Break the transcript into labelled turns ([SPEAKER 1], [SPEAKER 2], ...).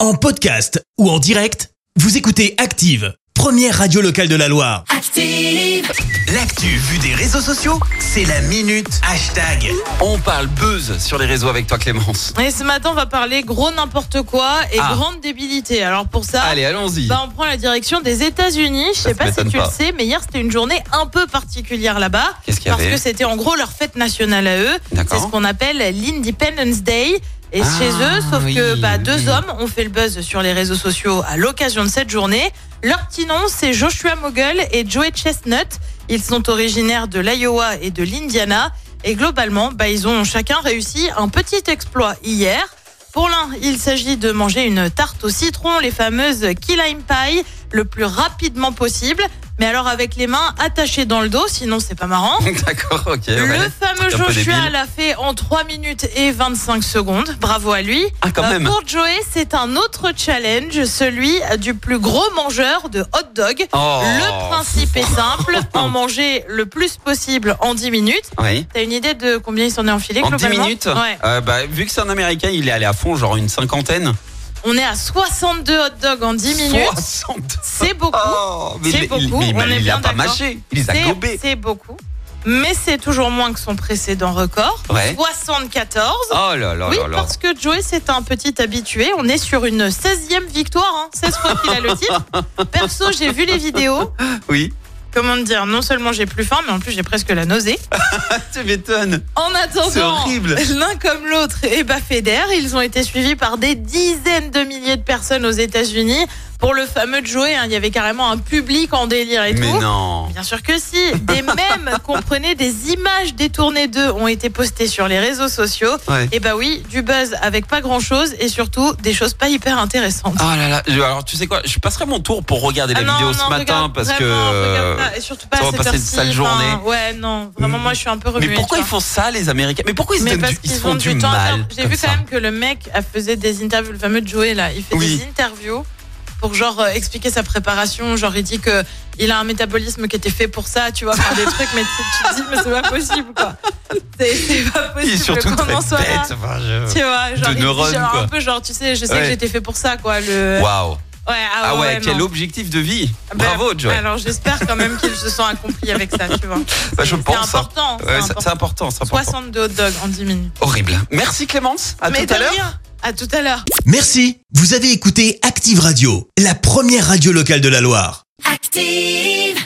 [SPEAKER 1] En podcast ou en direct, vous écoutez Active, première radio locale de la Loire.
[SPEAKER 2] Active.
[SPEAKER 3] L'actu vue des réseaux sociaux, c'est la minute hashtag.
[SPEAKER 4] On parle buzz sur les réseaux avec toi Clémence.
[SPEAKER 5] Et ce matin, on va parler gros n'importe quoi et
[SPEAKER 4] Ah.
[SPEAKER 5] grande débilité. Alors pour ça,
[SPEAKER 4] Allez, allons-y.
[SPEAKER 5] bah, on prend la direction des États-Unis. Je sais
[SPEAKER 4] Ça
[SPEAKER 5] pas si
[SPEAKER 4] m'étonne
[SPEAKER 5] tu
[SPEAKER 4] pas.
[SPEAKER 5] le sais, mais hier c'était une journée un peu particulière là-bas
[SPEAKER 4] Qu'est-ce qu'il y
[SPEAKER 5] parce
[SPEAKER 4] avait
[SPEAKER 5] que c'était en gros leur fête nationale à eux. C'est ce
[SPEAKER 4] D'accord.
[SPEAKER 5] qu'on appelle l'Independence Day. Et
[SPEAKER 4] Ah,
[SPEAKER 5] chez eux, sauf
[SPEAKER 4] oui,
[SPEAKER 5] que bah, deux
[SPEAKER 4] oui.
[SPEAKER 5] hommes ont fait le buzz sur les réseaux sociaux à l'occasion de cette journée. Leur petit nom, c'est Joshua Mogul et Joey Chestnut. Ils sont originaires de l'Iowa et de l'Indiana. Et globalement, bah, ils ont chacun réussi un petit exploit hier. Pour l'un, il s'agit de manger une tarte au citron, les fameuses key lime pie, le plus rapidement possible. Mais alors avec les mains attachées dans le dos, sinon c'est pas marrant.
[SPEAKER 4] D'accord, ok. ouais.
[SPEAKER 5] Le fameux
[SPEAKER 4] truc un peu
[SPEAKER 5] Joshua
[SPEAKER 4] débile.
[SPEAKER 5] l'a fait en 3 minutes et 25 secondes. Bravo à lui. Euh,
[SPEAKER 4] Ah, quand même.
[SPEAKER 5] Pour Joey, c'est un autre challenge, celui du plus gros mangeur de hot dog.
[SPEAKER 4] Oh.
[SPEAKER 5] Le principe est simple, en manger le plus possible en 10 minutes.
[SPEAKER 4] Oui.
[SPEAKER 5] T'as une idée de combien il s'en est enfilé
[SPEAKER 4] En 10
[SPEAKER 5] globalement
[SPEAKER 4] minutes
[SPEAKER 5] Ouais.
[SPEAKER 4] Euh, bah, Vu que c'est un américain, il est allé à fond, genre une cinquantaine.
[SPEAKER 5] On est à 62 hot dogs en 10 minutes.
[SPEAKER 4] 60.
[SPEAKER 5] C'est beaucoup.
[SPEAKER 4] Oh, mais
[SPEAKER 5] C'est
[SPEAKER 4] il, il-
[SPEAKER 5] beaucoup,
[SPEAKER 4] mais il-
[SPEAKER 5] on est
[SPEAKER 4] il a
[SPEAKER 5] bien
[SPEAKER 4] pas
[SPEAKER 5] d'accord.
[SPEAKER 4] mâché. Il les a
[SPEAKER 5] C'est-
[SPEAKER 4] gobés.
[SPEAKER 5] C'est beaucoup. Mais c'est toujours moins que son précédent record.
[SPEAKER 4] Ouais.
[SPEAKER 5] 74.
[SPEAKER 4] Oh là là
[SPEAKER 5] oui,
[SPEAKER 4] là là.
[SPEAKER 5] parce que Joey, c'est un petit habitué. On est sur une 16e victoire. hein. 16 fois qu'il a le titre. Perso, j'ai vu les vidéos.
[SPEAKER 4] Oui.
[SPEAKER 5] Comment te dire Non seulement j'ai plus faim, mais en plus j'ai presque la nausée.
[SPEAKER 4] Tu m'étonnes.
[SPEAKER 5] En
[SPEAKER 4] C'est
[SPEAKER 5] attendant,
[SPEAKER 4] horrible.
[SPEAKER 5] l'un comme l'autre est baffé d'air. Ils ont été suivis par des dizaines de milliers de personnes aux États-Unis. Pour le fameux Joey, hein, il y avait carrément un public en délire et
[SPEAKER 4] Mais
[SPEAKER 5] tout.
[SPEAKER 4] non.
[SPEAKER 5] Bien sûr que si. Des mèmes, comprenez, des images détournées d'eux ont été postées sur les réseaux sociaux.
[SPEAKER 4] Ouais.
[SPEAKER 5] Et bah oui, du buzz avec pas grand chose et surtout des choses pas hyper intéressantes.
[SPEAKER 4] Oh là là. Je- Alors, tu sais quoi Je passerai mon tour pour regarder la
[SPEAKER 5] Ah non,
[SPEAKER 4] vidéo ce
[SPEAKER 5] non,
[SPEAKER 4] matin
[SPEAKER 5] regarde,
[SPEAKER 4] parce
[SPEAKER 5] vraiment,
[SPEAKER 4] que.
[SPEAKER 5] regarde pas, et surtout pas
[SPEAKER 4] ça
[SPEAKER 5] à
[SPEAKER 4] va
[SPEAKER 5] cette
[SPEAKER 4] passer une
[SPEAKER 5] heure-ci,
[SPEAKER 4] sale
[SPEAKER 5] enfin,
[SPEAKER 4] journée. Mm.
[SPEAKER 5] ouais, non, vraiment, moi je suis un peu remuée.
[SPEAKER 4] Mais pourquoi
[SPEAKER 5] tu
[SPEAKER 4] ils font ça, les Américains Mais pourquoi ils se
[SPEAKER 5] mais
[SPEAKER 4] donnent
[SPEAKER 5] parce
[SPEAKER 4] du, ils se
[SPEAKER 5] qu'ils
[SPEAKER 4] font
[SPEAKER 5] ont
[SPEAKER 4] du
[SPEAKER 5] du temps. à faire.
[SPEAKER 4] mal
[SPEAKER 5] J'ai
[SPEAKER 4] comme
[SPEAKER 5] vu
[SPEAKER 4] ça
[SPEAKER 5] quand même que le mec a faisait des interviews, le fameux Joey là, il fait
[SPEAKER 4] Oui.
[SPEAKER 5] des interviews pour genre euh, expliquer sa préparation, genre il dit que il a un métabolisme qui était fait pour ça, tu vois, faire des trucs, mais tu, tu te dis mais c'est pas possible quoi. C'est- C'est pas
[SPEAKER 4] Et
[SPEAKER 5] possible.
[SPEAKER 4] surtout
[SPEAKER 5] qu'on
[SPEAKER 4] très
[SPEAKER 5] en soit là.
[SPEAKER 4] bête. Enfin, je-
[SPEAKER 5] Tu vois, genre,
[SPEAKER 4] de
[SPEAKER 5] il dit,
[SPEAKER 4] neurones,
[SPEAKER 5] genre,
[SPEAKER 4] quoi.
[SPEAKER 5] un peu genre tu sais, je sais
[SPEAKER 4] Ouais.
[SPEAKER 5] que j'étais fait pour ça quoi. Le...
[SPEAKER 4] Waouh.
[SPEAKER 5] Ouais,
[SPEAKER 4] Ah ouais,
[SPEAKER 5] non.
[SPEAKER 4] quel objectif de vie.
[SPEAKER 5] Ah bah,
[SPEAKER 4] Bravo, Joey.
[SPEAKER 5] Alors j'espère quand même qu'il se sent accompli avec ça, tu vois.
[SPEAKER 4] Bah, je
[SPEAKER 5] ah, C'est-
[SPEAKER 4] pense, hein.
[SPEAKER 5] C'est important. c'est
[SPEAKER 4] Ouais, ça-
[SPEAKER 5] important.
[SPEAKER 4] c'est important, c'est important.
[SPEAKER 5] 62 hot dogs en 10 minutes.
[SPEAKER 4] Horrible. Merci Clémence. À
[SPEAKER 5] Mais
[SPEAKER 4] tout à
[SPEAKER 5] de
[SPEAKER 4] l'heure.
[SPEAKER 5] rien. À tout à l'heure.
[SPEAKER 1] Merci, vous avez écouté Active Radio, la première radio locale de la Loire.
[SPEAKER 2] Active.